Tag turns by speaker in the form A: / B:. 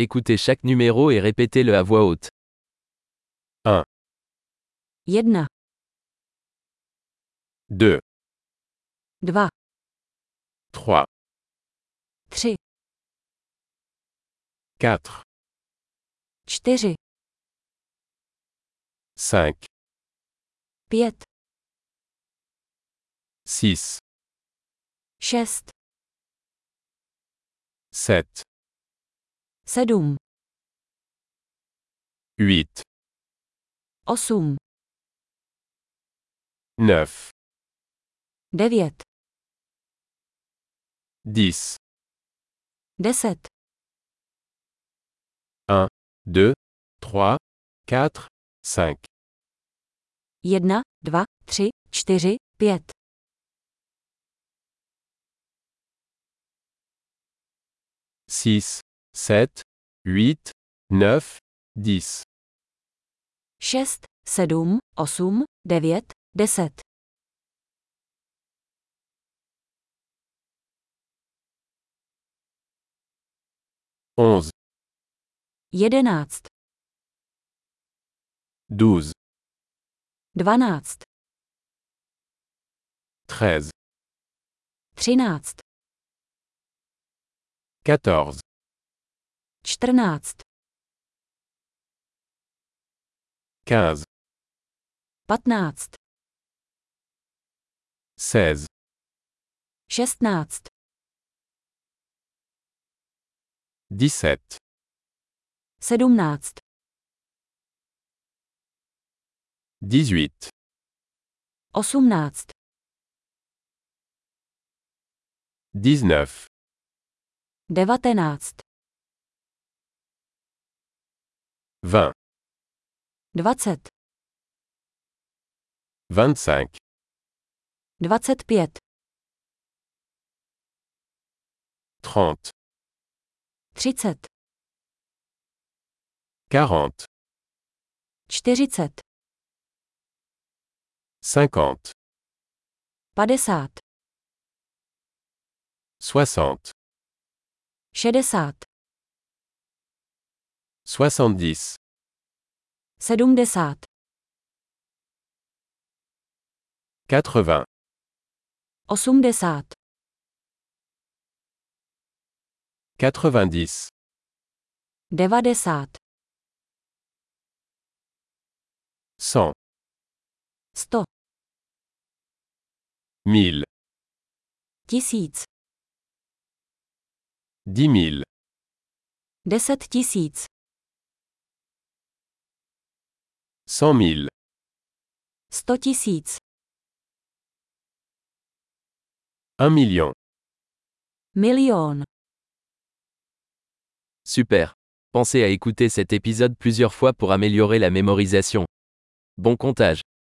A: Écoutez chaque numéro et répétez-le à voix haute.
B: 1,
C: 2,
B: 2,
C: 3,
B: 3,
C: 4,
B: 4,
C: 5,
B: 5,
C: 6,
B: 6,
C: 7,
B: 7,
C: 8,
B: 8,
C: 9,
B: 9,
C: 10,
B: 10,
C: 2, 3, 4, 5,
B: 1, 2, 3, 4, 5.
C: six, sept, huit, neuf, dix,
B: 6, 7, 8, 9, 10,
C: onze,
B: 11,
C: douze,
B: 12,
C: treize,
B: 13,
C: quatorze,
B: 14,
C: quinze,
B: 15,
C: seize,
B: 16,
C: dix-sept,
B: 17,
C: dix-huit,
B: 18,
C: dix-neuf,
B: 19,
C: vingt,
B: 20,
C: vingt-cinq,
B: 25,
C: trente,
B: 30,
C: quarante,
B: 40,
C: cinquante,
B: 50,
C: soixante,
B: 60,
C: soixante-dix,
B: 70,
C: quatre-vingts,
B: 80,
C: quatre-vingt-dix,
B: 90,
C: cent,
B: 100,
C: mille,
B: 1000,
C: dix mille,
B: 10 tisíc,
C: cent mille,
B: 100 tisíc,
C: un million.
B: milion.
A: Super. Pensez à écouter cet épisode plusieurs fois pour améliorer la mémorisation. Bon comptage.